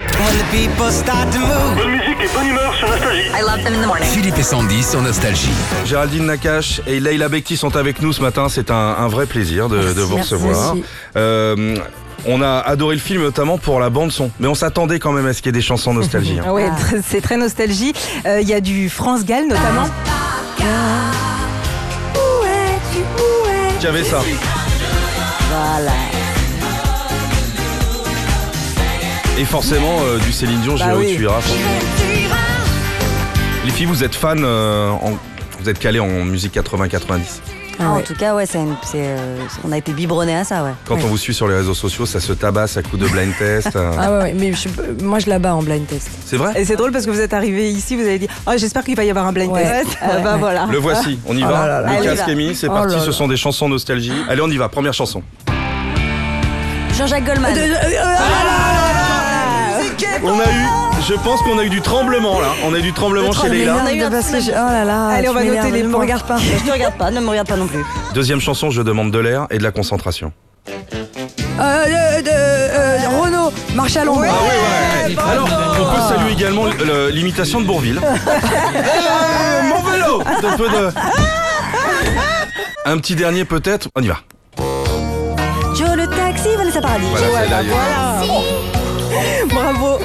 When the people start to move. Bonne musique et bonne humeur sur Nostalgie. I love them in the morning. Philippe et Sandy sur Nostalgie. Géraldine Nakache et Leila Bekti sont avec nous ce matin. C'est un, un vrai plaisir de, de vous Merci. recevoir. Merci. Euh, on a adoré le film notamment pour la bande son, mais on s'attendait quand même à ce qu'il y ait des chansons nostalgie. hein. Ah ouais, tr- c'est très nostalgie. Euh, Il y a du France Gall notamment. Ah. Qui avait ça Voilà. Et forcément euh, du Céline Dion, Bah J'irai où oui. tu iras. Les filles, vous êtes fans, euh, en- vous êtes calés en musique 80-90. Ah, En tout cas, ouais, c'est une- c'est, euh, on a été biberonnés à ça, ouais. Quand on vous suit sur les réseaux sociaux, ça se tabasse à coups de blind test. euh. Ah ouais, mais moi je la bats en blind test. C'est vrai Et c'est drôle parce que vous êtes arrivé ici, vous avez dit Oh, j'espère qu'il va y avoir un blind Ouais. test. Ah, Ouais, bah ouais. voilà. Le voici, on y va. Ah là là. Le Allez, casque va. est mis, c'est Oh parti, là ce là. sont des chansons nostalgie. Allez, on y va, première chanson. Jean-Jacques Goldman. Ah, On a eu, je pense qu'on a eu du tremblement là. On a eu du tremblement oh, chez Leila. Merde, parce que je- Oh là là. Allez, on tu va noter m'énerves, les ne me points. regarde pas. Je te regarde pas, ne me regarde pas non plus. Deuxième chanson, je demande de l'air et de la concentration. euh, Renaud, marche à l'ombre. Ah oui, ouais, ouais. Alors, on peut saluer également l- le- l'imitation de Bourville. Euh, mon vélo Un peu de- Un petit dernier peut-être, on y va. Joe le taxi, Vanessa Paradis. Voilà, c'est bah là, Bravo.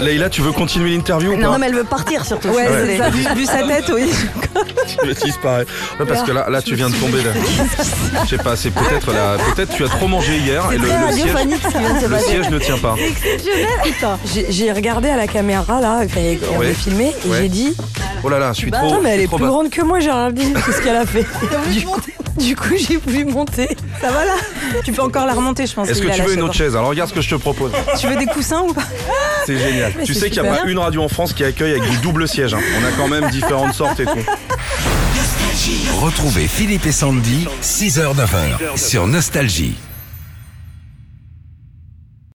Leïla, tu veux continuer l'interview ou pas Non, mais elle veut partir surtout. Ouais, Ouais. c'est ça. Vu, vu sa tête, oui. Mais si, c'est pareil. hein. Ouais, parce que là, là, tu viens de tomber. Là. Je sais pas, c'est peut-être la... peut-être tu as trop mangé hier et le, très le siège, radiophonique, ce qui vient de se le passer. siège ne tient pas. J'ai j'ai regardé à la caméra là, quand on Ouais. est filmé, et Ouais. j'ai dit Oh là là, je suis Bah, trop. non, mais elle je suis est trop plus bas. grande que moi, Géraldine. Qu'est-ce qu'elle a fait du, coup, du coup, j'ai voulu monter. Ça va là Tu peux encore la remonter, je pense. Est-ce que Leïla, tu la veux une autre chèvre. chaise Alors regarde ce que je te propose. Tu veux des coussins ou pas C'est génial. Mais Tu c'est sais qu'il n'y a super. pas une radio en France qui accueille avec du double siège. hein. On a quand même différentes sortes et tout. Retrouvez Philippe et Sandy, 6h-9h sur Nostalgie.